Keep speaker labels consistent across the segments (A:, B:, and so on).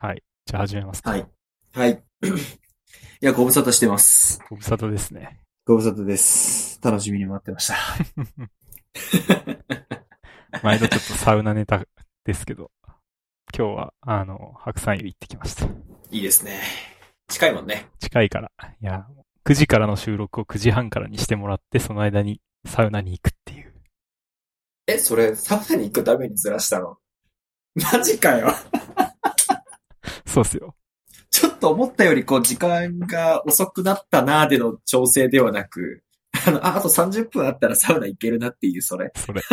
A: はい。じゃあ始めますか。
B: はい。はい。いや、ご無沙汰してます。
A: ご無沙汰ですね。
B: ご無沙汰です。楽しみに待ってました。
A: 前のちょっとサウナネタ ですけど、今日は、あの、白山湯行ってきました。
B: いいですね。近いもんね。
A: 近いから。いや、9時からの収録を9時半からにしてもらって、その間にサウナに行くっていう。
B: え、それ、サウナに行くためにずらしたのマジかよ。
A: そうっすよ。
B: ちょっと思ったより、こう、時間が遅くなったなーでの調整ではなく、あの、あ、あと30分あったらサウナ行けるなっていう、それ。
A: そ れ。
B: いい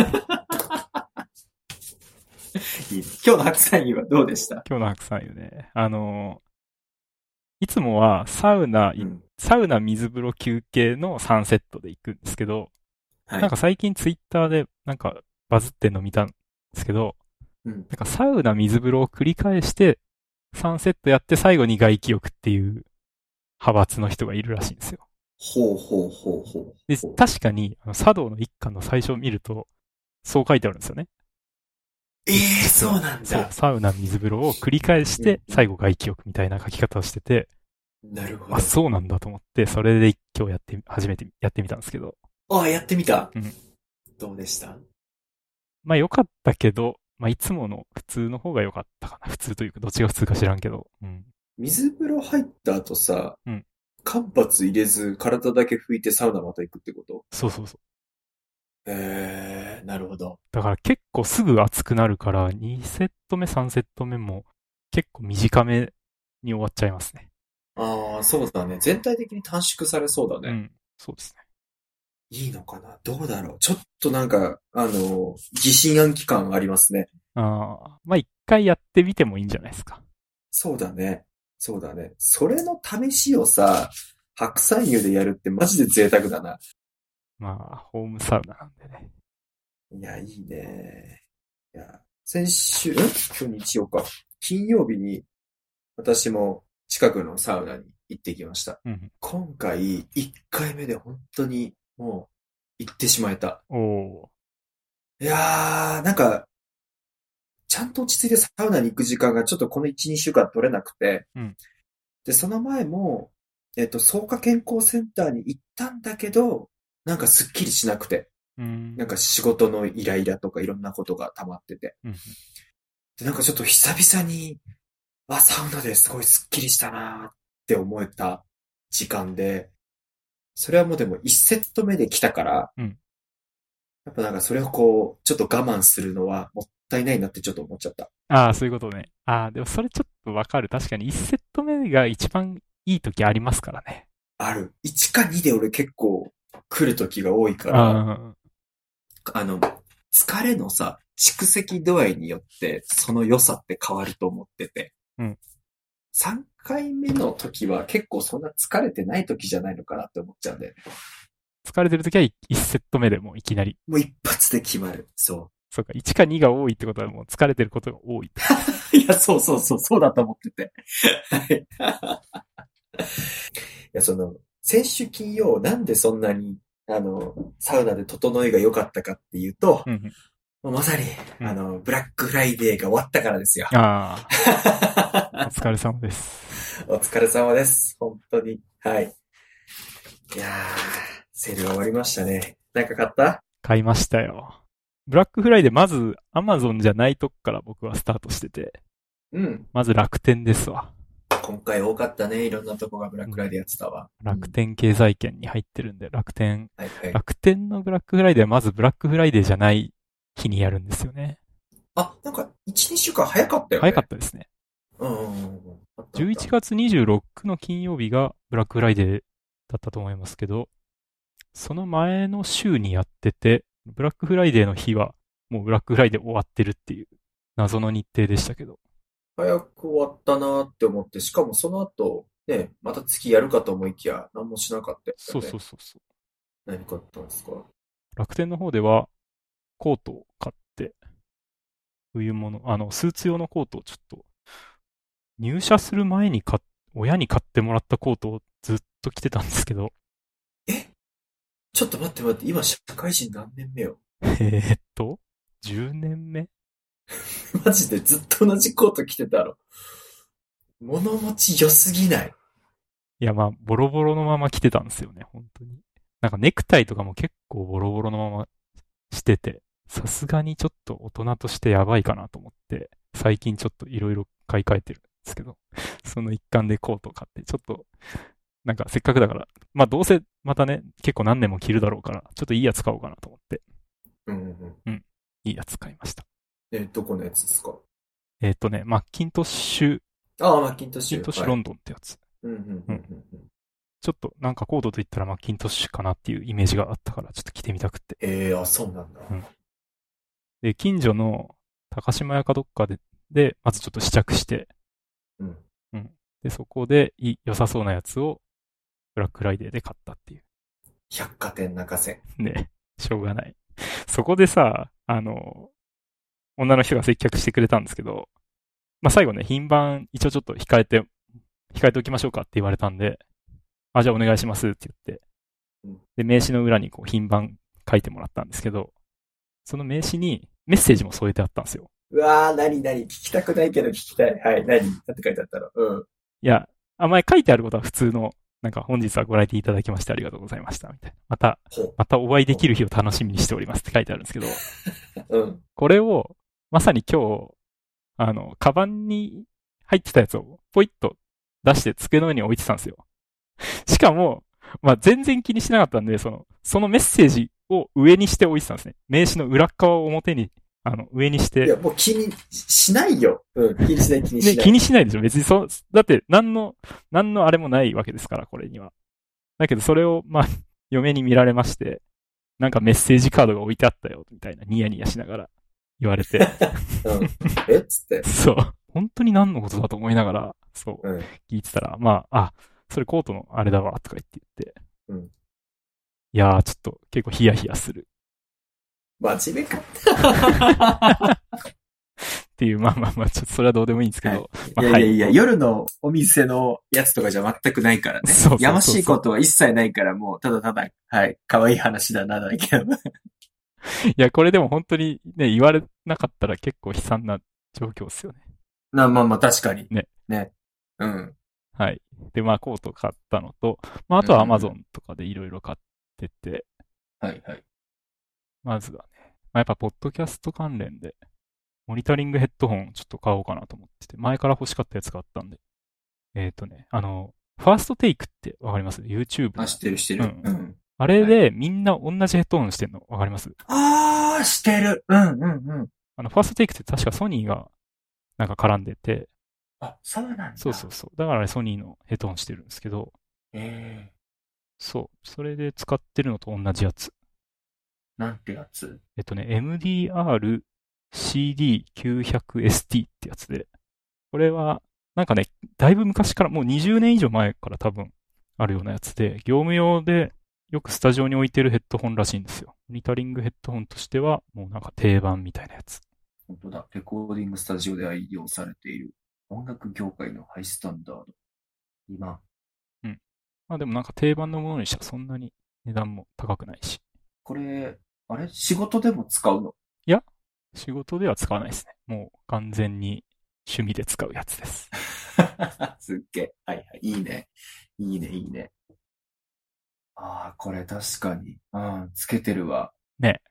B: 今日の白山湯はどうでした
A: 今日の白山湯ね。あのー、いつもはサウナ、うん、サウナ水風呂休憩の3セットで行くんですけど、はい、なんか最近ツイッターでなんかバズってんの見たんですけど、うん、なんかサウナ水風呂を繰り返して3セットやって最後に外気浴っていう派閥の人がいるらしいんですよ。
B: ほうほうほうほう。
A: で、確かに、茶道の一巻の最初を見ると、そう書いてあるんですよね。
B: ええー、そうなんだ。そう、
A: サウナ、水風呂を繰り返して、最後外気浴みたいな書き方をしてて、
B: なるほど。
A: あ、そうなんだと思って、それで今日やって、初めてやってみたんですけど。
B: ああ、やってみた。
A: うん。
B: どうでした
A: まあ良かったけど、まあいつもの普通の方が良かったかな。普通というか、どっちが普通か知らんけど。うん。
B: 水風呂入った後さ、
A: うん。
B: 間髪入れず、体だけ拭いてサウナまた行くってこと
A: そうそうそう。
B: えー、なるほど。
A: だから結構すぐ熱くなるから、2セット目、3セット目も結構短めに終わっちゃいますね。
B: ああ、そうだね。全体的に短縮されそうだね。
A: うん、そうですね。
B: いいのかなどうだろうちょっとなんか、あのー、疑心暗鬼感ありますね。
A: ああ、まあ一回やってみてもいいんじゃないですか。
B: そうだね。そうだね。それの試しをさ、白山湯でやるってマジで贅沢だな。
A: まあ、ホームサウナなんでね。
B: いや、いいね。いや、先週、ん今日日曜か。金曜日に、私も近くのサウナに行ってきました。
A: うん、
B: 今回、1回目で本当にもう、行ってしまえた。
A: お
B: いやー、なんか、ちゃんと落ち着いてサウナに行く時間がちょっとこの1、2週間取れなくて、
A: うん、
B: で、その前も、えっ、ー、と、草加健康センターに行ったんだけど、なんかすっきりしなくて、
A: うん、
B: なんか仕事のイライラとかいろんなことが溜まってて、
A: うん、
B: で、なんかちょっと久々に、あ、サウナですごいすっきりしたなーって思えた時間で、それはもうでも1セット目で来たから、
A: うん、
B: やっぱなんかそれをこう、ちょっと我慢するのはもったいないなってちょっと思っちゃった。
A: ああ、そういうことね。ああ、でもそれちょっとわかる。確かに1セット目が一番いい時ありますからね。
B: ある。1か2で俺結構来る時が多いから、あの、疲れのさ、蓄積度合いによってその良さって変わると思ってて。
A: うん。
B: 3回目の時は結構そんな疲れてない時じゃないのかなって思っちゃうんだよね。
A: 疲れてる時は1セット目でもいきなり。
B: もう一発で決まる。そう。
A: そうか、1か2が多いってことはもう疲れてることが多い。
B: いや、そうそうそう、そうだと思ってて。はい。いや、その、先週金曜、なんでそんなに、あの、サウナで整いが良かったかっていうと、
A: うん
B: うん、まさに、うん、あの、ブラックフライデーが終わったから ですよ。
A: ああ。お疲れ様です。
B: お疲れ様です。本当に。はい。いやー、セールが終わりましたね。なんか買った
A: 買いましたよ。ブラックフライデー、まず、アマゾンじゃないとこから僕はスタートしてて。
B: うん。
A: まず楽天ですわ。
B: 今回多かったね。いろんなとこがブラックフライデーやってたわ。
A: 楽天経済圏に入ってるんで、楽天、
B: はいはい、
A: 楽天のブラックフライデーはまずブラックフライデーじゃない日にやるんですよね。
B: あ、なんか1、2週間早かったよね。
A: 早かったですね。
B: うん,うん、うん。
A: 11月26の金曜日がブラックフライデーだったと思いますけど、その前の週にやってて、ブラックフライデーの日はもうブラックフライデー終わってるっていう謎の日程でしたけど。
B: 早く終わったなって思って、しかもその後、ね、また月やるかと思いきや、何もしなかった、ね、
A: そうそうそうそう。
B: 何買ったんですか
A: 楽天の方では、コートを買って、冬物、あの、スーツ用のコートをちょっと、入社する前に買親に買ってもらったコートをずっと着てたんですけど。
B: えちょっと待って待って、今社会人何年目よ
A: えー、っと、10年目
B: マジでずっと同じコート着てたろ。物持ち良すぎない。
A: いや、まあ、ボロボロのまま来てたんですよね、本当に。なんかネクタイとかも結構ボロボロのまましてて、さすがにちょっと大人としてやばいかなと思って、最近ちょっといろいろ買い替えてるんですけど、 その一環でコートを買って、ちょっと、なんかせっかくだから、まあどうせまたね、結構何年も着るだろうから、ちょっといいやつ買おうかなと思って。
B: うんうんうん。うん。
A: いいやつ買いました。
B: え、どこのやつですか
A: えっ、ー、とね、マッキントッシュ。
B: ああ、マッキントッシュ。
A: マッキントッシュロンドンってやつ。
B: うんうんうんうんうん。
A: ちょっとなんかコードと言ったらマッキントッシュかなっていうイメージがあったから、ちょっと着てみたくて。
B: ええー、あ、そうなんだ。
A: うん。で、近所の高島屋かどっかで、で、まずちょっと試着して、
B: うん。
A: うん。で、そこでい良さそうなやつを、ブラックライデーで買ったっていう。
B: 百貨店泣かせ。
A: ね、しょうが ない。そこでさ、あの、女の人が接客してくれたんですけど、まあ、最後ね、品番一応ちょっと控えて、控えておきましょうかって言われたんで、あ、じゃあお願いしますって言って、で、名刺の裏にこう品番書いてもらったんですけど、その名刺にメッセージも添えてあったんですよ。
B: うわー、なになに聞きたくないけど聞きたい。はい、なになんて書いてあったのうん。
A: いや、あまり書いてあることは普通の、なんか本日はご来店いただきましてありがとうございました、みたいな。また、またお会いできる日を楽しみにしておりますって書いてあるんですけど、
B: うん。
A: これを、まさに今日、あの、カバンに入ってたやつをポイッと出して机の上に置いてたんですよ。しかも、まあ、全然気にしなかったんで、その、そのメッセージを上にして置いてたんですね。名刺の裏側を表に、あの、上にして。
B: いや、もう気にしないよ。うん、気にしない、気にしない。
A: ね、気にしないでしょ。別にそう、だって、何の、何のあれもないわけですから、これには。だけど、それを、まあ、 嫁に見られまして、なんかメッセージカードが置いてあったよ、みたいな、ニヤニヤしながら言われ て。
B: うん、えっつって。
A: そう。本当に何のことだと思いながら、そう、うん、聞いてたら、まあ、あ、それコートのあれだわ、とか言って
B: 言って。うん。
A: いやー、ちょっと結構ヒヤヒヤす る。
B: 真面目か。
A: っていう、まあまあまあ、ちょっとそれはどうでもいいんですけど。
B: はい、いやいやいや、はい、夜のお店のやつとかじゃ全くないからね。 そうそうそうそうやましいことは一切ないから、もう、ただただ、はい、可愛い話だな、だけど。
A: いや、これでも本当にね、言われなかったら結構悲惨な状況ですよね。
B: な、まあまあ、確かに。
A: ね。
B: ね。うん。
A: はい。で、まあ、コート買ったのと、まあ、あとは Amazon とかでいろいろ買ってて、
B: うん。はいはい。
A: まずはね、まあ、やっぱ、ポッドキャスト関連で、モニタリングヘッドホンちょっと買おうかなと思ってて、前から欲しかったやつがあったんで。えっ、ー、とね、あの、ファーストテイクってわかります ?YouTube。
B: あ、知ってる知ってる。うん。うん
A: あれで、みんな同じヘッドホンしてんのわかります
B: あー、してる。うんうんうん。
A: あの、ファーストテイクって確かソニーが、なんか絡んでて。
B: あ、そうなんだ。
A: そうそうそう。だからあれソニーのヘッドホンしてるんですけど。
B: ええー、
A: そう。それで使ってるのと同じやつ。
B: なんてやつ
A: えっとね、MDR-CD900ST ってやつで。これは、なんかね、だいぶ昔から、もう20年以上前から多分あるようなやつで、業務用でよくスタジオに置いてるヘッドホンらしいんですよ。モニタリングヘッドホンとしては、もうなんか定番みたいなやつ。
B: 本当だ。レコーディングスタジオで愛用されている音楽業界のハイスタンダード。2万。
A: うん。まあでもなんか定番のものにしたらそんなに値段も高くないし。
B: これ、あれ仕事でも使うの
A: いや、仕事では使わないですね。もう完全に趣味で使うやつです。
B: すっげえ。はいはい。いいね。いいね、いいね。ああ、これ確かに。うん、つけてるわ。
A: ね。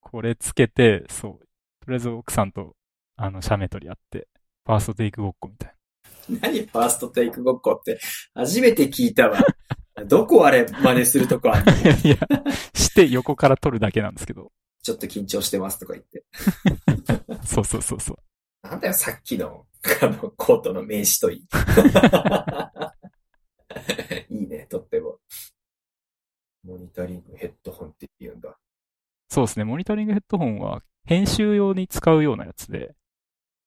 A: これつけて、そう。とりあえず奥さんと、あの、写メ撮り合って、ファーストテイクごっこみたい
B: な。何ファーストテイクごっこって、初めて聞いた わ。どこあれ真似するとこある
A: いや、して横から撮るだけなんですけど。
B: ちょっと緊張してますとか言って。
A: そうそうそうそう。
B: なんだよ、さっきの、あの、コートの名刺とい い。いいね、とっても。モニタリングヘッドホンって言うんだ。
A: そうですね。モニタリングヘッドホンは編集用に使うようなやつで、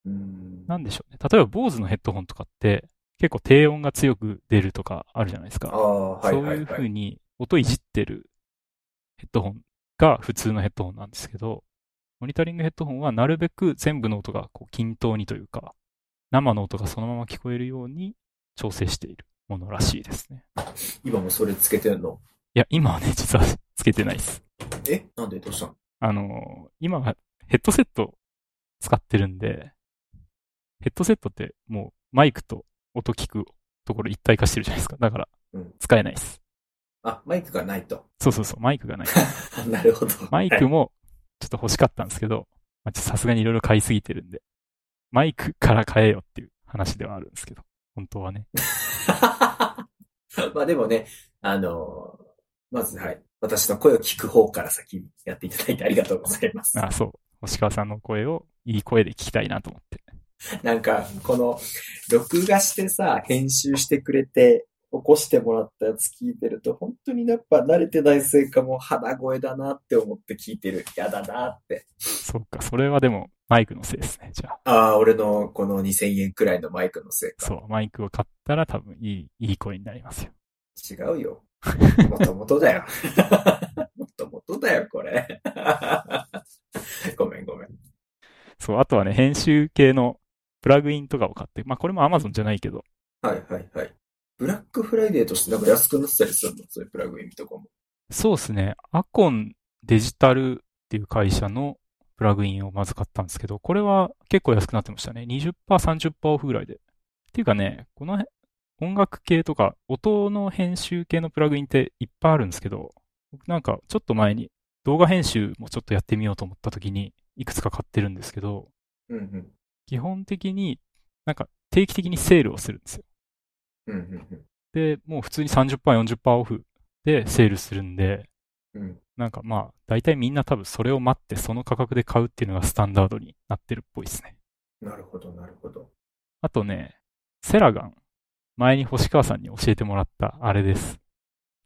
B: うん
A: なんでしょうね。例えば BOSE のヘッドホンとかって結構低音が強く出るとかあるじゃないですか。
B: はい
A: はいはい、そういう風に音いじってるヘッドホンが普通のヘッドホンなんですけど、モニタリングヘッドホンはなるべく全部の音がこう均等にというか、生の音がそのまま聞こえるように調整しているものらしいですね。
B: 今もそれつけてんの
A: いや、今はね、実は つけてないです。
B: えなんでどうしたの
A: あの、今はヘッドセット使ってるんで、ヘッドセットってもうマイクと音聞くところ一体化してるじゃないですか。だから
B: うん、
A: 使えないです。
B: あ、マイクがないと。
A: そうそうそう、マイクがない。
B: あなるほど。
A: マイ
B: はい
A: クもちょっと欲しかったんですけど、まあちょっとさすがにいろいろ買いすぎてるんで、マイクから買えよっていう話ではあるんですけど、本当はね。
B: まあでもね、あのーまずはい、私の声を聞く方から先にやっていただいてありがとうございます。
A: あ、そう。星川さんの声をいい声で聞きたいなと思って。
B: なんか、この、録画してさ、編集してくれて、起こしてもらったやつ聞いてると、本当にやっぱ慣れてないせいかもう鼻声だなって思って聞いてる。やだなって。
A: そうか、それはでもマイクのせいですね、じゃあ。
B: ああ、俺のこの2000円くらいのマイクのせいか。
A: そう、マイクを買ったら多分いい、いい声になりますよ。
B: 違 うよ。もともとだよ。 もともとだよ、これ。 ごめんごめん。
A: そう、あとはね、編集系のプラグインとかを買って、まあこれも Amazon じゃないけど、
B: はいはいはい。ブラックフライデーとしてなんか安くなってたりするのそういうプラグインとかも。
A: そうですね。アコンデジタルっていう会社のプラグインをまず買ったんですけど、これは結構安くなってましたね。20%、30%オフぐらいで。っていうかね、この辺音楽系とか音の編集系のプラグインっていっぱいあるんですけど、僕なんかちょっと前に動画編集もちょっとやってみようと思った時にいくつか買ってるんですけど、
B: うんうん。
A: 基本的になんか定期的にセールをするんですよ。
B: うんうん
A: で、もう普通に30%、40%オフでセールするんで、
B: うん。うん。
A: なんかまあ、大体みんな多分それを待ってその価格で買うっていうのがスタンダードになってるっぽいですね。
B: なるほどなるほど。
A: あとね、セラガン。前に星川さんに教えてもらったあれです。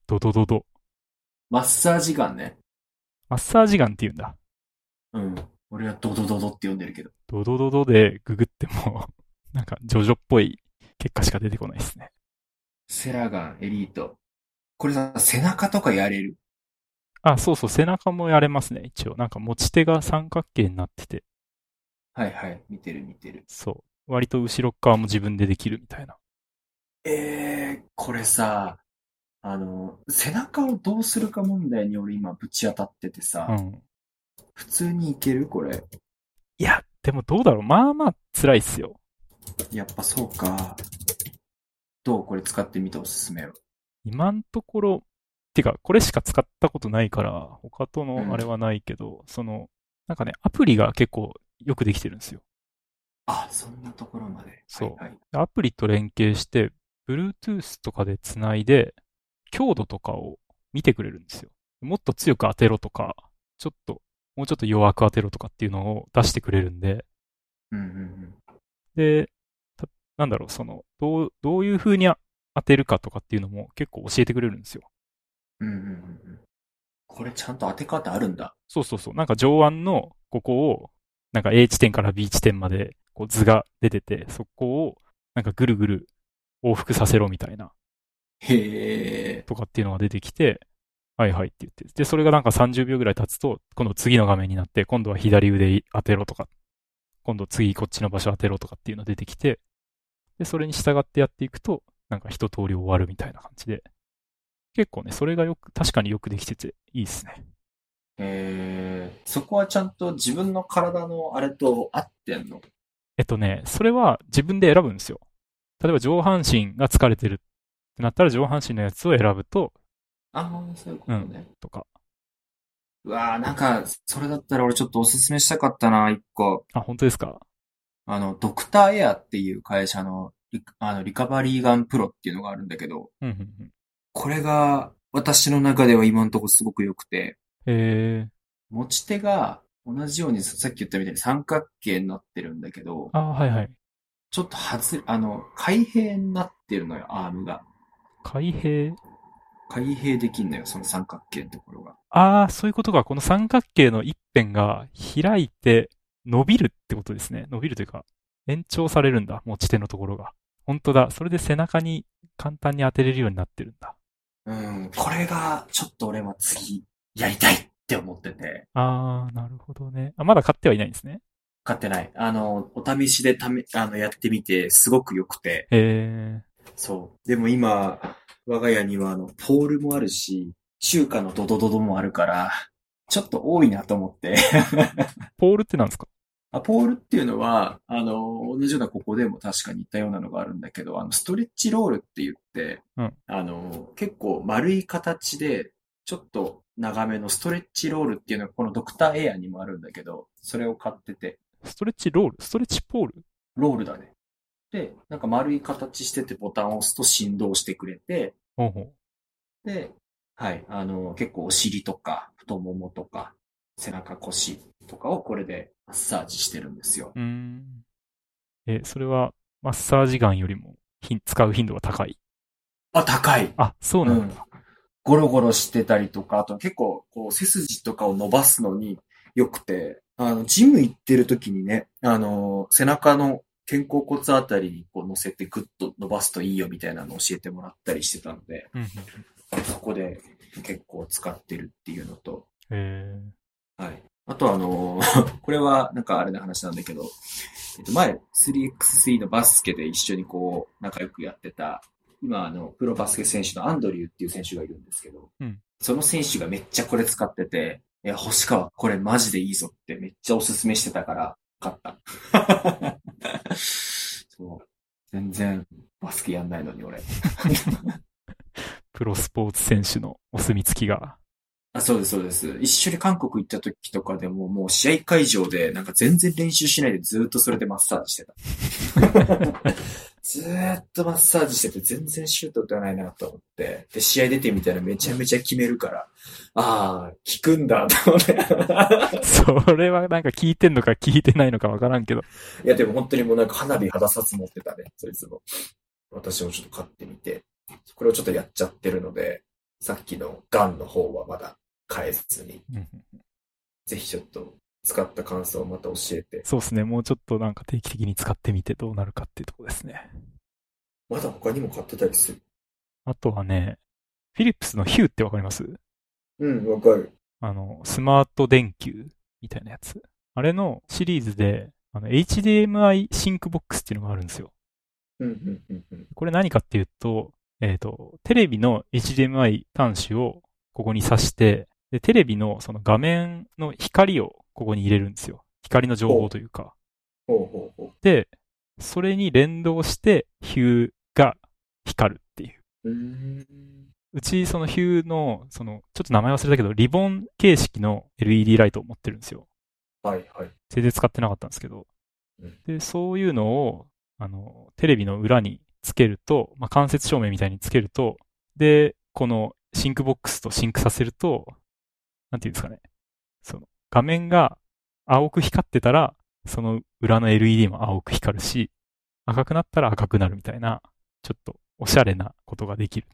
A: ドドドド。
C: マッサージガンね。
A: マッサージガンって言うんだ。
C: うん。俺はドドドドって呼んでるけど。
A: ドドドドでググっても、 なんかジョジョっぽい結果しか出てこないですね。
C: セラガン、エリート。これさ、背中とかやれる
A: あ、そうそう、背中もやれますね、一応。なんか持ち手が三角形になってて、
C: はいはい。見てる見てる。
A: そう。割と後ろっ側も自分でできるみたいな。
C: えー、これさ、あの、背中をどうするか問題に俺今ぶち当たっててさ、
A: うん。
C: 普通にいけるこれ。
A: いや、でもどうだろう。まあまあ辛いっすよ。
C: やっぱそうか。どうこれ使ってみておすすめは。
A: 今んところ、てか、これしか使ったことないから、他と
C: うん
A: のあれはないけど、その、なんかね、アプリが結構よくできてるんですよ。
C: あ、そんなところまで。
A: そう
C: はいはい、
A: アプリと連携して、Bluetooth とかでつないで、強度とかを見てくれるんですよ。もっと強く当てろとか、ちょっと、もうちょっと弱く当てろとかっていうのを出してくれるんで、
C: うんうんうん。
A: で、たなんだろう、その、どう、どういう風にあ当てるかとかっていうのも結構教えてくれるんですよ。
C: うんうんうんうん。これちゃんと当て方あるんだ。
A: そうそうそう。なんか上腕のここを、なんか A 地点から B 地点までこう図が出てて、そこをなんかぐるぐる往復させろみたいな
C: へえ。
A: とかっていうのが出てきて、はいはいって言って。で、それがなんか30秒ぐらい経つと、今度次の画面になって、今度は左腕当てろとか、今度次こっちの場所当てろとかっていうのが出てきて、で、それに従ってやっていくと、なんか一通り終わるみたいな感じで。結構ね、それがよく、確かによくできてていいですね。
C: えー、そこはちゃんと自分の体のあれと合ってんの
A: えっとね、それは自分で選ぶんですよ。例えば上半身が疲れてるってなったら上半身のやつを選ぶと、
C: ああ、そういうことね。
A: とか。
C: うわあ、なんか、それだったら俺ちょっとおすすめしたかったな、一個。
A: あ、本当ですか
C: あの、ドクターエアっていう会社のリ、あの、リカバリーガンプロっていうのがあるんだけど、
A: うんうんうん。
C: これが私の中では今のところすごく良くて、
A: えー、
C: 持ち手が同じようにささっき言ったみたいに三角形になってるんだけど、
A: あ、はいはい。
C: ちょっと外れ、あの、開閉になってるのよ、アームが。
A: 開閉。
C: 開閉できんのよ、その三角形のところが。
A: ああ、そういうことか。この三角形の一辺が開いて伸びるってことですね。伸びるというか、延長されるんだ。持ち手のところが。本当だ。それで背中に簡単に当てれるようになってるんだ。
C: うん、これが、ちょっと俺は次、やりたいって思ってて、
A: ああ、なるほどね。あ、まだ買ってはいないんですね。
C: 買ってない。あの、お試しでため、あの、やってみて、すごく良くて。
A: え
C: そう。でも今、我が家には、あの、ポールもあるし、中華の ドドドドもあるから、ちょっと多いなと思って。
A: ー、ポールってなんですか
B: アポールっていうのは、あの、同じようなここでも確かに似たようなのがあるんだけど、あの、ストレッチロールって言って、
A: うん
B: あの、結構丸い形で、ちょっと長めのストレッチロールっていうのが、このドクターエアにもあるんだけど、それを買ってて、
A: ストレッチロールストレッチポール
B: ロールだね。で、なんか丸い形しててボタンを押すと振動してくれて、
A: ほうほう。
B: で、はい、あの、結構お尻とか、太ももとか、背中腰とかをこれでマッサージしてるんですよ。
A: うーん。え、それは、マッサージガンよりも頻、使う頻度が高い。
B: あ、高い
A: あ、そうなんだ。
B: ん。ゴロゴロしてたりとか、あと結構、こう、背筋とかを伸ばすのに良くて、あの、ジム行ってる時にね、あの、背中の肩甲骨あたりにこう乗せてグッと伸ばすといいよみたいなのを教えてもらったりしてたので、
A: うんうん。
B: そこで結構使ってるっていうのと、
A: えー
B: はい。あとあの ーこれはなんかあれの話なんだけど、えっと、前、3x3 のバスケで一緒にこう、仲良くやってた、今あの、プロバスケ選手のアンドリューっていう選手がいるんですけど、
A: うん
B: その選手がめっちゃこれ使ってて、いや、星川、これマジでいいぞってめっちゃおすすめしてたから、買った。そう。全然、バスケやんないのに俺。
A: プロスポーツ選手のお墨付きが。
B: あ、そうです、そうです。一緒に韓国行った時とかでも、もう試合会場で、なんか全然練習しないでずーっとそれでマッサージしてた。ずーっとマッサージしてて、全然シュート打たないなと思って。で、試合出てみたらめちゃめちゃ決めるから、ああ、効くんだ、と思って。
A: それはなんか聞いてんのか聞いてないのかわからんけど。
B: いや、でも本当にもうなんか花火肌札持ってたね、そいつも。私もちょっと買ってみて、これをちょっとやっちゃってるので、さっきのガンの方はまだ変えずに、
A: うんうん
B: ぜひちょっと使った感想をまた教えて。
A: そうですね。もうちょっとなんか定期的に使ってみてどうなるかっていうとこですね。
D: まだ他にも買ってたりする。
A: あとはね、フィリップスのヒューってわかります
D: うん、わかる。
A: あの、スマート電球みたいなやつ。あれのシリーズで、あの、HDMI シンクボックスっていうのがあるんですよ。
D: うん、うん、うん、うん。
A: これ何かっていうと、えっ、と、テレビの HDMI 端子をここに挿して、で、テレビのその画面の光をここに入れるんですよ。光の情報というか。
D: ほうほうほ
A: で、それに連動して、ヒューが光るっていう。
D: う。うーん。
A: うち、そのヒューの、その、ちょっと名前忘れたけど、リボン形式の LED ライトを持ってるんですよ。
D: はい、はい。
A: 全然使ってなかったんですけど
D: うん。
A: で、そういうのを、あの、テレビの裏につけると、まあ、間接照明みたいにつけると、で、このシンクボックスとシンクさせると、なんていうんですかね。その、画面が青く光ってたら、その裏の LED も青く光るし、赤くなったら赤くなるみたいな、ちょっとおしゃれなことができる。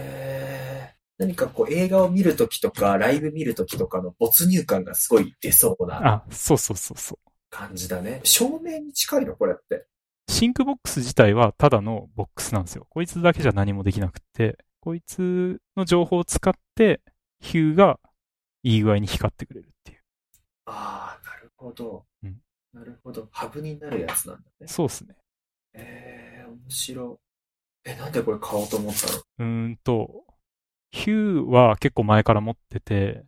D: へー何かこう映画を見るときとか、ライブ見るときとかの没入感がすごい出そうな
A: あ、そうそうそうそう。
D: 感じだね。照明に近いのこれって。
A: シンクボックス自体はただのボックスなんですよ。こいつだけじゃ何もできなくって、こいつの情報を使って、ヒューがいい具合に光ってくれるっていう。
D: ああ、なるほど
A: うん。
D: なるほど。ハブになるやつなんだね。
A: そうですね。
D: えー、面白い。え、なんでこれ買おうと思ったの
A: うーんと、ヒューは結構前から持ってて、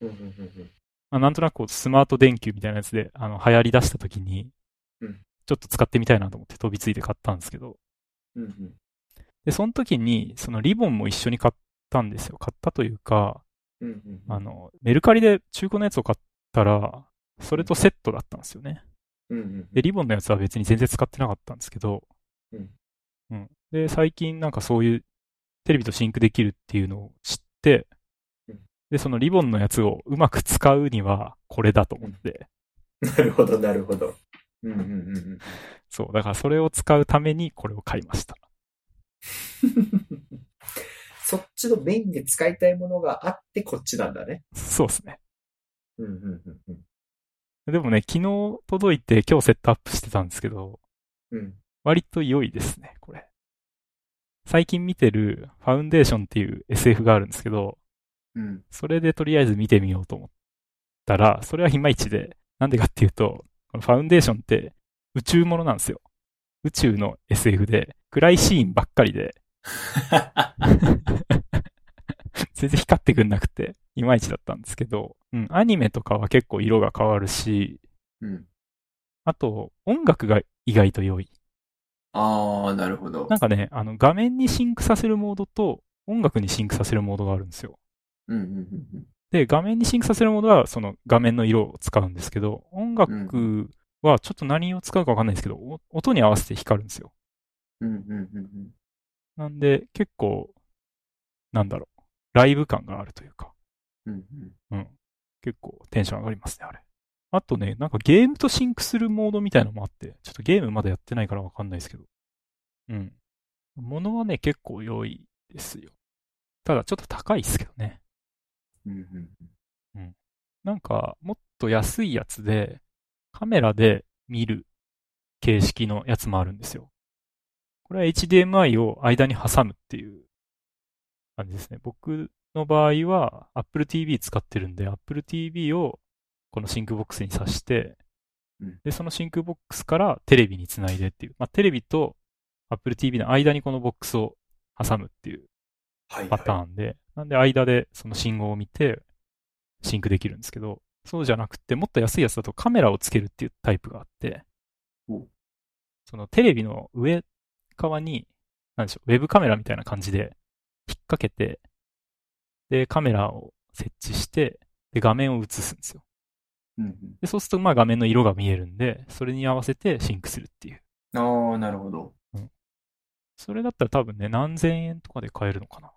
D: うんうんうん
A: まあなんとなくこうスマート電球みたいなやつであの流行り出した時に
D: うん、
A: ちょっと使ってみたいなと思って飛びついて買ったんですけど、
D: うん。うんうん
A: で、その時にそのリボンも一緒に買ったんですよ。買ったというか、
D: うんうんうん
A: あの、メルカリで中古のやつを買ったら、それとセットだったんですよね。
D: うんうん
A: で、リボンのやつは別に全然使ってなかったんですけど、
D: うん。
A: うん。で、最近なんかそういうテレビとシンクできるっていうのを知って
D: うん、
A: で、そのリボンのやつをうまく使うにはこれだと思って、
D: なるほど、なるほど。うんうんうんうん。
A: そう、だからそれを使うためにこれを買いました。
D: そっちのメインで使いたいものがあって、こっちなんだね。
A: そうですね。
D: うんうんうんうん。
A: でもね、昨日届いて今日セットアップしてたんですけど、
D: うん。
A: 割と良いですね、これ。最近見てるファウンデーションっていう SF があるんですけど、
B: うん。
A: それでとりあえず見てみようと思ったら、それはいまいちで、なんでかっていうと、このファウンデーションって宇宙ものなんですよ。宇宙の SF で、暗いシーンばっかりで、 全然光ってくんなくて、いまいちだったんですけど、うん、アニメとかは結構色が変わるし、
B: うん。
A: あと、音楽が意外と良い。
C: ああ、なるほど。
A: なんかね、あの、画面にシンクさせるモードと、音楽にシンクさせるモードがあるんですよ。
C: うんうんうんうん。
A: で、画面にシンクさせるモードは、その画面の色を使うんですけど、音楽はちょっと何を使うかわかんないですけど、お音に合わせて光るんですよ。
C: うんうんうんうん。
A: なんで、結構、なんだろう、ライブ感があるというか、
C: うんうん。
A: うん。結構テンション上がりますね、あれ。あとね、なんかゲームとシンクするモードみたいのもあって、ちょっとゲームまだやってないからわかんないですけど。うん。物はね、結構良いですよ。ただ、ちょっと高いですけどね。
C: うんうん
A: なんか、もっと安いやつで、カメラで見る形式のやつもあるんですよ。これは HDMI を間に挟むっていう感じですね。僕の場合は Apple TV 使ってるんで、Apple TV をこのシンクボックスに挿して
C: うん、
A: で、そのシンクボックスからテレビにつないでっていう、まあ、テレビと Apple TV の間にこのボックスを挟むっていう
B: はい、
A: パターンで、なんで間でその信号を見てシンクできるんですけど、そうじゃなくて、もっと安いやつだとカメラをつけるっていうタイプがあって
C: お、
A: そのテレビの上側に、なんでしょう、ウェブカメラみたいな感じで引っ掛けて、で、カメラを設置して、で、画面を映すんですよ。
C: うん
A: で、そうすると、まあ画面の色が見えるんで、それに合わせてシンクするっていう。
C: うん。ああ、なるほど。
A: それだったら多分ね、何千円とかで買えるのかな。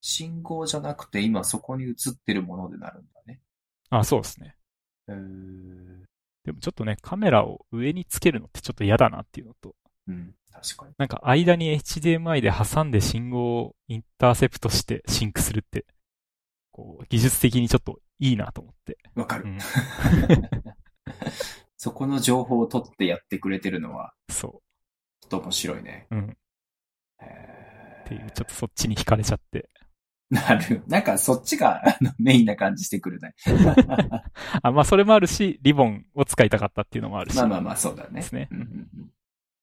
C: 信号じゃなくて、今そこに映ってるものでなるんだね。
A: あ、そうですね。
C: えー
A: でもちょっとね、カメラを上につけるのってちょっと嫌だなっていうのと、
C: うん、確かに。
A: なんか間に HDMI で挟んで信号をインターセプトしてシンクするって、こう、技術的にちょっといいなと思って。
C: わかる。
A: うん
C: そこの情報を取ってやってくれてるのは、
A: そ
C: ちょっと面白いね。
A: う。うん。
C: えー
A: っていう、ちょっとそっちに惹かれちゃって。
C: なる。なんかそっちがあのメインな感じしてくるね。
A: あ、まあそれもあるし、リボンを使いたかったっていうのもあるし。
C: まあまあまあ、そうだね。
A: ですね
C: うんうんうん。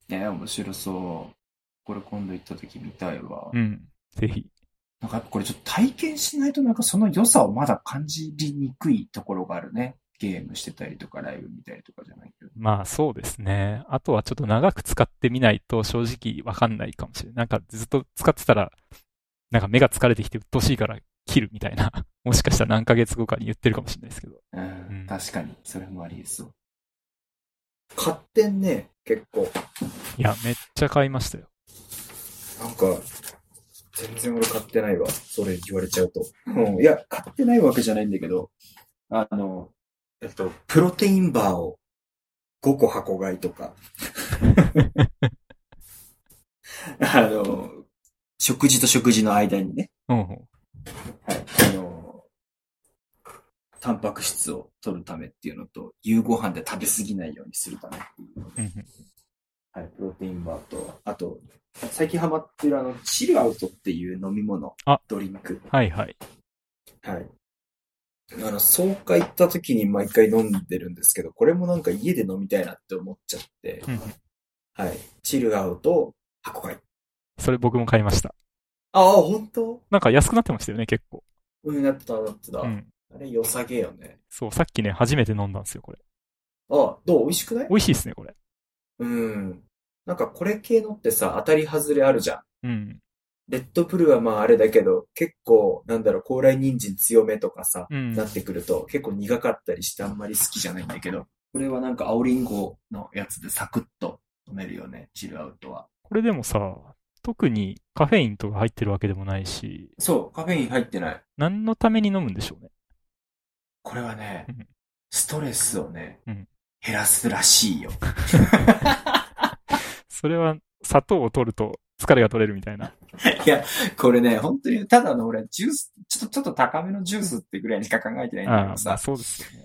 C: ね面白そう。これ今度行った時見たいわ。
A: うん。ぜひ。
C: なんかやっぱこれちょっと体験しないとなんかその良さをまだ感じにくいところがあるね。ゲームしてたりとかライブ見たりとかじゃないけど。
A: まあそうですね。あとはちょっと長く使ってみないと正直わかんないかもしれない。なんかずっと使ってたら、なんか目が疲れてきて鬱陶しいから切るみたいな。 もしかしたら何ヶ月後かに言ってるかもしれないですけど。
C: うん、
A: ん
C: 確かに。それもありそう。
B: 買ってんね、結構。
A: いや、めっちゃ買いましたよ。
B: なんか、全然俺買ってないわ。それ言われちゃうと。うん、いや、買ってないわけじゃないんだけど、あの、えっと、プロテインバーを5個箱買いとか。 あの、食事と食事の間にね、
A: うんうん。
B: はい、あの、タンパク質を取るためっていうのと、夕ご飯で食べ過ぎないようにするためっていうので
A: うんうん
B: はい、プロテインバーと、あと、最近ハマってるあの、チルアウトっていう飲み物、
A: あ
B: ドリンク。
A: はいはい。
B: はい。あの、草加行った時に毎回飲んでるんですけど、これもなんか家で飲みたいなって思っちゃって、
A: うん
B: はい、チルアウト、箱買い。
A: それ僕も買いました。
B: ああ、本当
A: なんか安くなってましたよね、結構。
B: うん、なってた、なってた。
A: うん。
B: あれ、良さげよね。
A: そう、さっきね、初めて飲んだんですよ、これ。
B: ああ、どう美味しくない
A: 美味しいですね、これ。
B: うん。なんかこれ系のってさ、当たり外れあるじゃん。
A: うん。
B: レッドブルはまああれだけど、結構、なんだろう、高麗人参強めとかさ、
A: うん
B: な。ってくると結構苦かったりしてあんまり好きじゃないんだけど、これはなんか青リンゴのやつでサクッと飲めるよね、チルアウトは。
A: これでもさ、特にカフェインとか入ってるわけでもないし、
C: そう、カフェイン入ってない。
A: 何のために飲むんでしょうね。
C: これはね
A: うん、
C: ストレスをね、
A: うん
C: 減らすらしいよ。
A: それは砂糖を取ると疲れが取れるみたいな。
C: これね、本当に、ただの俺、ジュース、ちょっと、ちょっと高めのジュースってぐらいにしか考えてないんだけ
A: あ
C: ど
A: あ、
C: さ、
A: そうですよ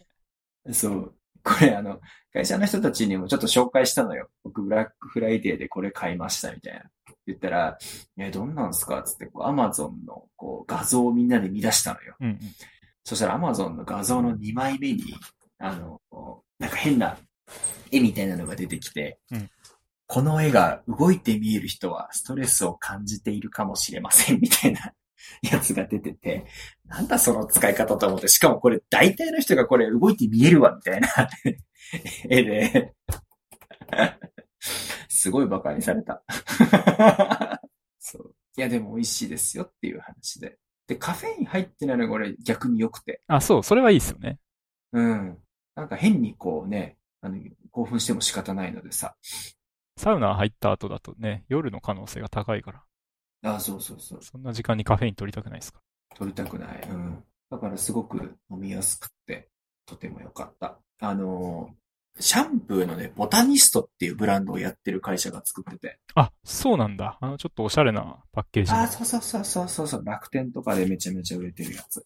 A: ね。
C: そう。これあの、会社の人たちにもちょっと紹介したのよ。僕、ブラックフライデーでこれ買いました、みたいな。言ったら、え、どんなんすかつって、こう、アマゾンの、こう、画像をみんなで見出したのよ。
A: うんうん。
C: そしたら Amazon の画像の2枚目に、あの、なんか変な絵みたいなのが出てきて、
A: うん
C: この絵が動いて見える人はストレスを感じているかもしれませんみたいな やつが出てて、なんだその使い方と思って、しかもこれ大体の人がこれ動いて見えるわみたいな 絵で、
B: すごい馬鹿にさ れた。そう。いや、でも美味しいですよっていう話で。で、カフェイン入ってないのが俺逆に良くて。
A: あ、そう、それはいいですよね。
B: うん。なんか変にこうね、あの、興奮しても仕方ないのでさ。
A: サウナ入った後だとね、夜の可能性が高いから、
B: あそうそうそう。
A: そんな時間にカフェイン取りたくないですか
B: 取りたくない。うん。だからすごく飲みやすくって、とても良かった。あのーシャンプーのね、ボタニストっていうブランドをやってる会社が作ってて。
A: ら。あ、そうなんだ。あの、ちょっとおしゃれなパッケージの
B: あ、そうそうそうそうそうそう、楽天とかでめちゃめちゃ売れてるやつ。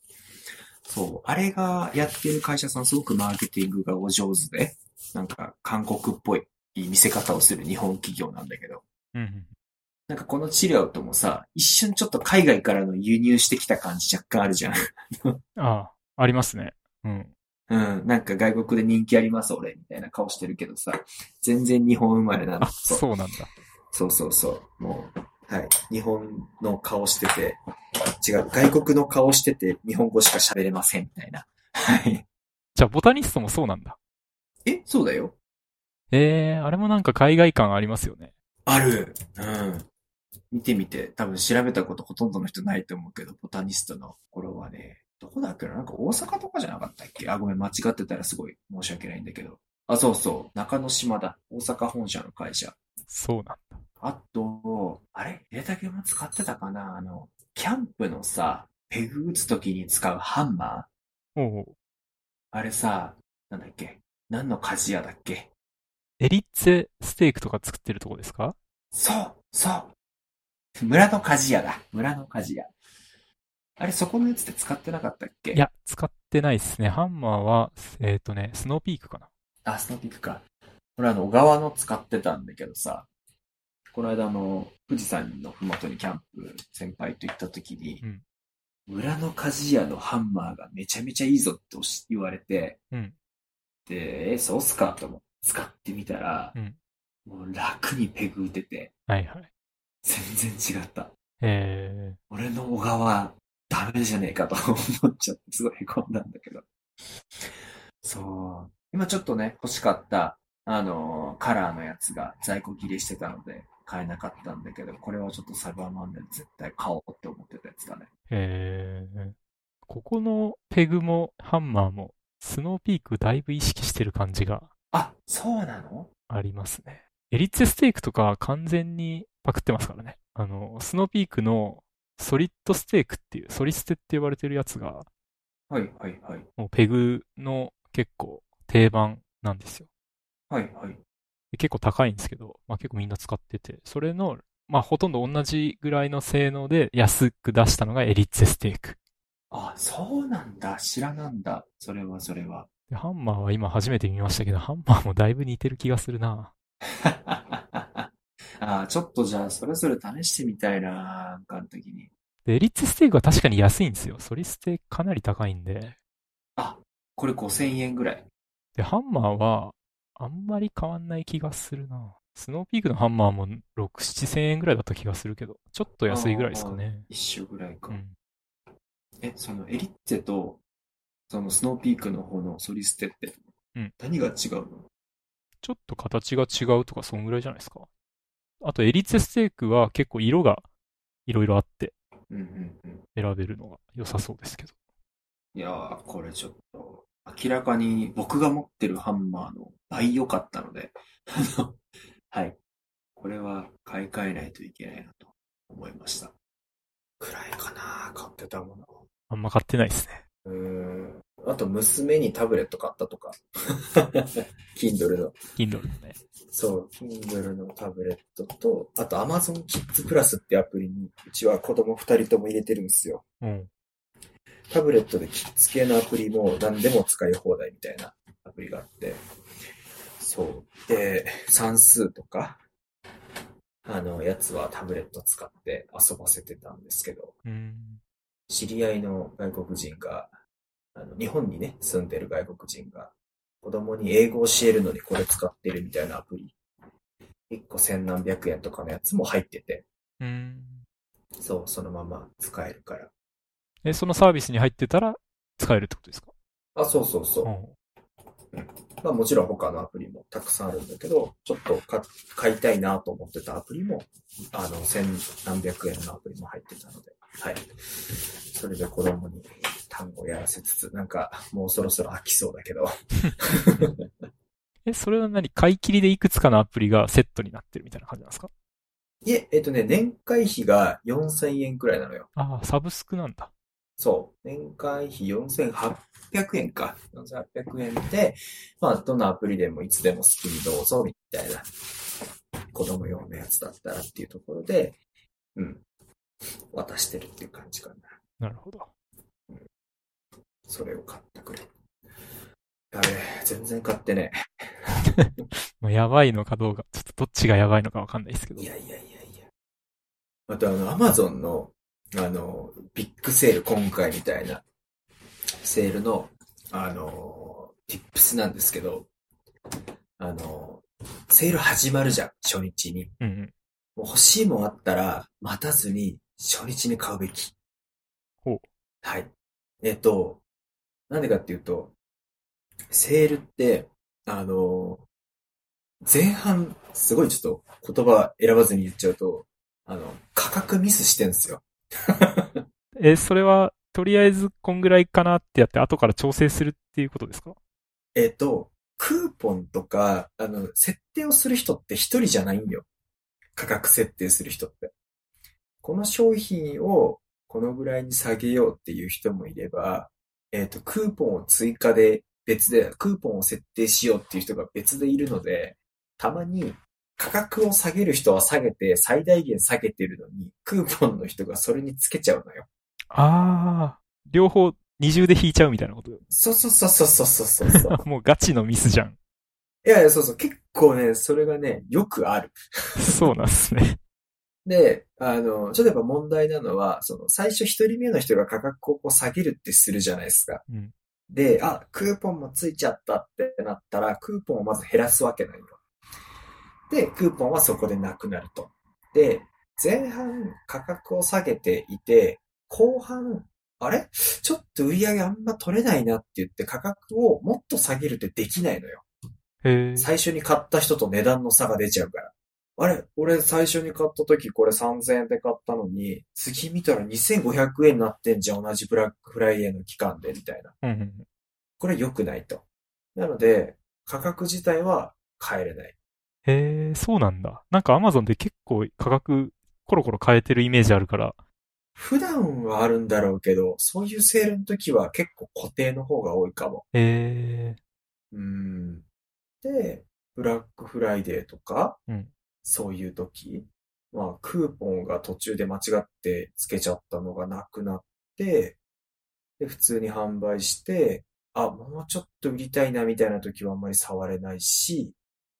B: そう、あれがやってる会社さんすごくマーケティングがお上手で、なんか韓国っぽい見せ方をする日本企業なんだけど、
A: うんうん。
B: なんかこの治療ともさ、一瞬ちょっと海外からの輸入してきた感じ若干あるじゃん。
A: ああ、ありますね。うん。
B: うん、なんか外国で人気あります俺、みたいな顔してるけどさ、全然日本生まれなんだ
A: あ、そうなんだ。
B: そうそうそう。もう、はい。日本の顔してて、違う、外国の顔してて、日本語しか喋れません、みたいな。はい。
A: じゃあ、ボタニストもそうなんだ。
B: え、そうだよ。
A: ええー、あれもなんか海外感ありますよね。
B: ある。うん。見てみて、多分調べたことほとんどの人ないと思うけど、ボタニストの頃はね、どこだっけななんか大阪とかじゃなかったっけあ、ごめん、間違ってたらすごい申し訳ないんだけど。あ、そうそう。中之島だ。大阪本社の会社。
A: そうなんだ。
B: あと、あれ入れたけも使ってたかなあの、キャンプのさ、ペグ打つときに使うハンマー
A: おう
B: あれさ、なんだっけ何の鍛冶屋だっけ
A: エリッツェステークとか作ってるとこですか
B: そうそう村の鍛冶屋だ村の鍛冶屋。あれ、そこのやつって使ってなかったっけ
A: い。や、使ってないですね。ハンマーは、えっ、とね、スノーピークかな。
B: あ、スノーピークか。俺あの、小川の使ってたんだけどさ、この間あの、富士山のふもとにキャンプ先輩と行った時に、
A: うん
B: 村の鍛冶屋のハンマーがめちゃめちゃいいぞっておし言われて、
A: うん。
B: で、え、そうっすかと思って使ってみたら、
A: うん
B: もう楽にペグ打てて、
A: はいはい。
B: 全然違った。
A: え
B: 俺の小川、ダメじゃねえかと思っちゃって、すごい凹んだんだけど。そう。今ちょっとね、欲しかった、あのーカラーのやつが在庫切れしてたので、買えなかったんだけど、これはちょっとサイバーマンデーで絶対買おうって思ってたやつだね。
A: ー、えー、ここのペグもハンマーも、スノーピークだいぶ意識してる感じが
B: あ、そうなの
A: ありますね。エリッツェステークとか完全にパクってますからね。あの、スノーピークのソリッドステークっていう、ソリステって呼ばれてるやつが、
B: はいはいはい。
A: もうペグの結構定番なんですよ。
B: はいはい。
A: で結構高いんですけど、まあ結構みんな使ってて、それの、まあほとんど同じぐらいの性能で安く出したのがエリッツェステーク。
B: あ、そうなんだ。知らなんだ。それはそれは。
A: でハンマーは今初めて見ましたけど、ハンマーもだいぶ似てる気がするな。
B: あーちょっと じゃあ、それぞれ試してみたいな、なんかの時に。
A: で、エリッツェステークは確かに安いんですよ。ソリステかなり高いんで。
B: あ、これ5000円ぐらい。
A: で、ハンマーは、あんまり変わんない気がするな。スノーピークのハンマーも6、7千円ぐらいだった気がするけど、ちょっと安いぐらいですかね。
B: 一緒ぐらいか。
A: うん。
B: え、そのエリッツェと、そのスノーピークの方のソリステって、
A: うん
B: 何が違うの
A: ちょっと形が違うとか、そんぐらいじゃないですか。あと、エリツェステークは結構色がいろいろあって
B: うんうんうん。
A: 選べるのが良さそうですけど。
B: いやー、これちょっと、明らかに僕が持ってるハンマーの倍良かったので、 あのはい。これは買い替えないといけないなと思いました。くらいかな買ってたもの。
A: あんま買ってないですね。
E: うーん。あと、娘にタブレット買ったと か。Kindle の。
A: Kindle のね。
E: そう、Kindle のタブレットと、あと Amazon Kids Plus ってアプリに、うちは子供二人とも入れてるんですよ。
A: うん。
E: タブレットでキッズ系のアプリも何でも使い放題みたいなアプリがあって、そう。で、算数とか、あの、やつはタブレット使って遊ばせてたんですけど、
A: うん。
E: 知り合いの外国人が、あの、日本にね、住んでる外国人が、子供に英語を教えるのにこれ使ってるみたいなアプリ。1個千何百円とかのやつも入ってて、
A: うん。
E: そう、そのまま使えるから。
A: え、そのサービスに入ってたら使えるってことですか
E: あ、そうそうそうう。
A: ん。
B: まあもちろん他のアプリもたくさんあるんだけど、ちょっとか買いたいなと思ってたアプリも、あの、千何百円のアプリも入ってたので、はい。それで子供に単語をやらせつつ、なんかもうそろそろ飽きそうだけど、
A: え、それは何買い切りでいくつかのアプリがセットになってるみたいな感じなんですか
B: いえ、えっとね、年会費が4000円くらいなのよ。
A: ああ、サブスクなんだ。
B: そう。年会費4800円か。4800円で、まあ、どのアプリでもいつでも好きにどうぞ、みたいな。子供用のやつだったらっていうところで、うん。渡してるっていう感じかな。
A: なるほど。
B: それを買ってくれ。やべえ、全然買ってね
A: まあ、やばいのかどうか、ちょっとどっちがやばいのかわかんないですけ
B: え。
A: ど
B: い。やいやいやいや。あとあの、アマゾンの、あの、ビッグセール今回みたいな、セールの、あの、ティップスなんですけど、あの、セール始まるじゃん、初日に。
A: うんうん。
B: もう欲しいもんあったら、待たずに、初日に買うべき。
A: ほう
B: はい。えっと、なんでかっていうと、セールって、あの、前半、すごいちょっと言葉選ばずに言っちゃうと、あの、価格ミスしてんですよ。
A: え、それは、とりあえずこんぐらいかなってやって、後から調整するっていうことですか
B: えっと、クーポンとか、あの、設定をする人って一人じゃないんよ。価格設定する人って。この商品をこのぐらいに下げようっていう人もいれば、えっと、クーポンを追加で別で、クーポンを設定しようっていう人が別でいるので、たまに価格を下げる人は下げて、最大限下げてるのに、クーポンの人がそれにつけちゃうのよ。
A: ああ、両方二重で引いちゃうみたいなこと。
B: そうそうそうそうそうそうそう。
A: もうガチのミスじゃん。
B: いやいや、そうそう。結構ね、それがね、よくある。
A: そうなんですね。
B: で、あの、ちょっとやっぱ問題なのは、その、最初一人目の人が価格をこう下げるってするじゃないですか。
A: うん
B: で、あ、クーポンもついちゃったってなったら、クーポンをまず減らすわけないよ。で、クーポンはそこでなくなると。で、前半価格を下げていて、後半、あれちょっと売り上げあんま取れないなって言って価格をもっと下げるってできないのよ。
A: へえ。
B: 最初に買った人と値段の差が出ちゃうから。あれ俺最初に買った時これ3000円で買ったのに、次見たら2500円になってんじゃん、同じブラックフライデーの期間で、みたいな。
A: うんうん。
B: これ良くないと。なので、価格自体は変えれない。
A: へえ、そうなんだ。なんか Amazon で結構価格コロコロ変えてるイメージあるから。
B: 普段はあるんだろうけど、そういうセールの時は結構固定の方が多いかも。
A: へえ。
B: うん。で、ブラックフライデーとか、
A: うん
B: そういう時、まあ、クーポンが途中で間違ってつけちゃったのがなくなって、で、普通に販売して、あ、もうちょっと売りたいなみたいな時はあんまり触れないし、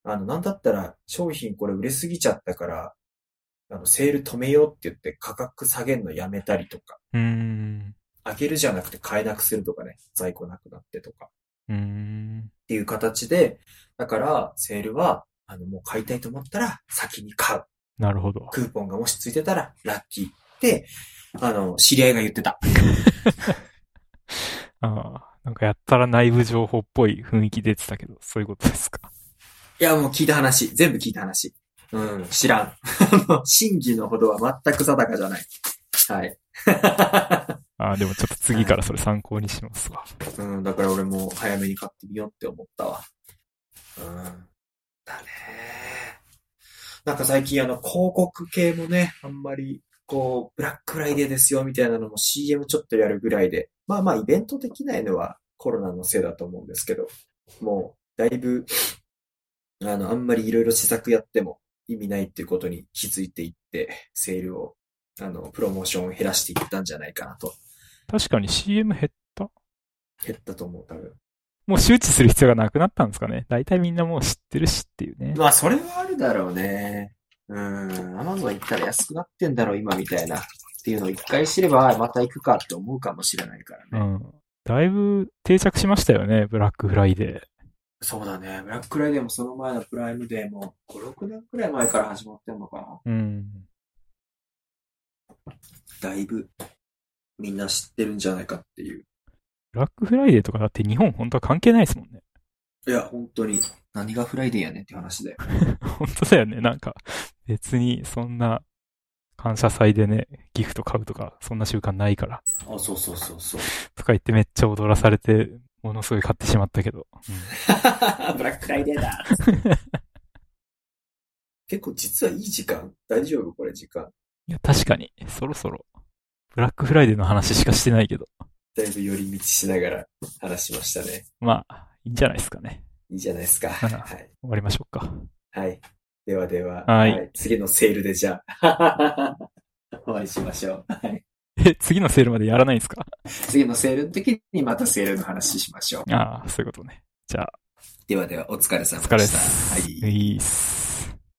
B: あの、なんだったら商品これ売れすぎちゃったから、あの、セール止めようって言って価格下げるのやめたりとか、
A: うーん。
B: 上げるじゃなくて買えなくするとかね、在庫なくなってとか。
A: うーん。
B: っていう形で、だから、セールは、あの、もう買いたいと思ったら、先に買う。
A: なるほど。
B: クーポンがもしついてたら、ラッキーって、あの、知り合いが言ってた。
A: ああ、なんかやったら内部情報っぽい雰囲気出てたけど、そういうことですか。
B: いや、もう聞いた話。全部聞いた話。うん、知らん。 あの真偽のほどは全く定かじゃない。はい。
A: ああ、でもちょっと次からそれ参考にしますわ。
B: うん、だから俺も早めに買ってみようって思ったわ。うん。だねなんか最近あの広告系もね、あんまりこう、ブラックフライデーですよみたいなのも CM ちょっとやるぐらいで、まあまあイベントできないのはコロナのせいだと思うんですけど、もうだいぶ、あの、あんまりいろいろ施策やっても意味ないっていうことに気づいていって、セールを、あの、プロモーションを減らしていったんじゃないかなと、
A: 確かに CM 減っ、
B: 減ったと思う、多分。
A: もう周知する必要がなくなったんですかね。大体みんなもう知ってるしっていうね。
B: まあ、それはあるだろうね。うん。アマゾン行ったら安くなってんだろう、今みたいな。っていうのを一回知れば、また行くかって思うかもしれないから
A: う
B: ね。
A: ん。だいぶ定着しましたよね、ブラックフライデー。
B: そうだね。ブラックフライデーもその前のプライムデーも、5、6年くらい前から始まってんのかな。
A: うん。
B: だいぶ、みんな知ってるんじゃないかっていう。
A: ブラックフライデーとかだって日本本当は関係ないですもんね。
C: いや、本当に。何がフライデーやねんって話だよ。
A: 本当だよね。なんか、別にそんな感謝祭でね、ギフト買うとか、そんな習慣ないから、
C: あ、そうそうそう そう。
A: とか言ってめっちゃ踊らされて、ものすごい買ってしまったけど。
C: ブラックフライデーだ。
B: 結構実はいい時間大丈夫これ時間。
A: いや、確かに、そろそろ、ブラックフライデーの話しかしてないけど、
B: だいぶ寄り道しながら話しましたね。
A: まあ、いいんじゃないですかね。
B: いいじゃないで すか。
A: なんだ
B: はい。
A: 終わりましょうか。
B: はい。ではでは、
A: はい
B: 次のセールでじゃあ、 お会いしましょう。はい。
A: え、次のセールまでやらないんですか
C: 次のセールの時にまたセールの話しましょう。
A: ああ、そういうことね。じゃあ、
C: ではでは、お疲れ様
A: お
C: でした。
A: 疲れです。
C: はい
A: いいっす。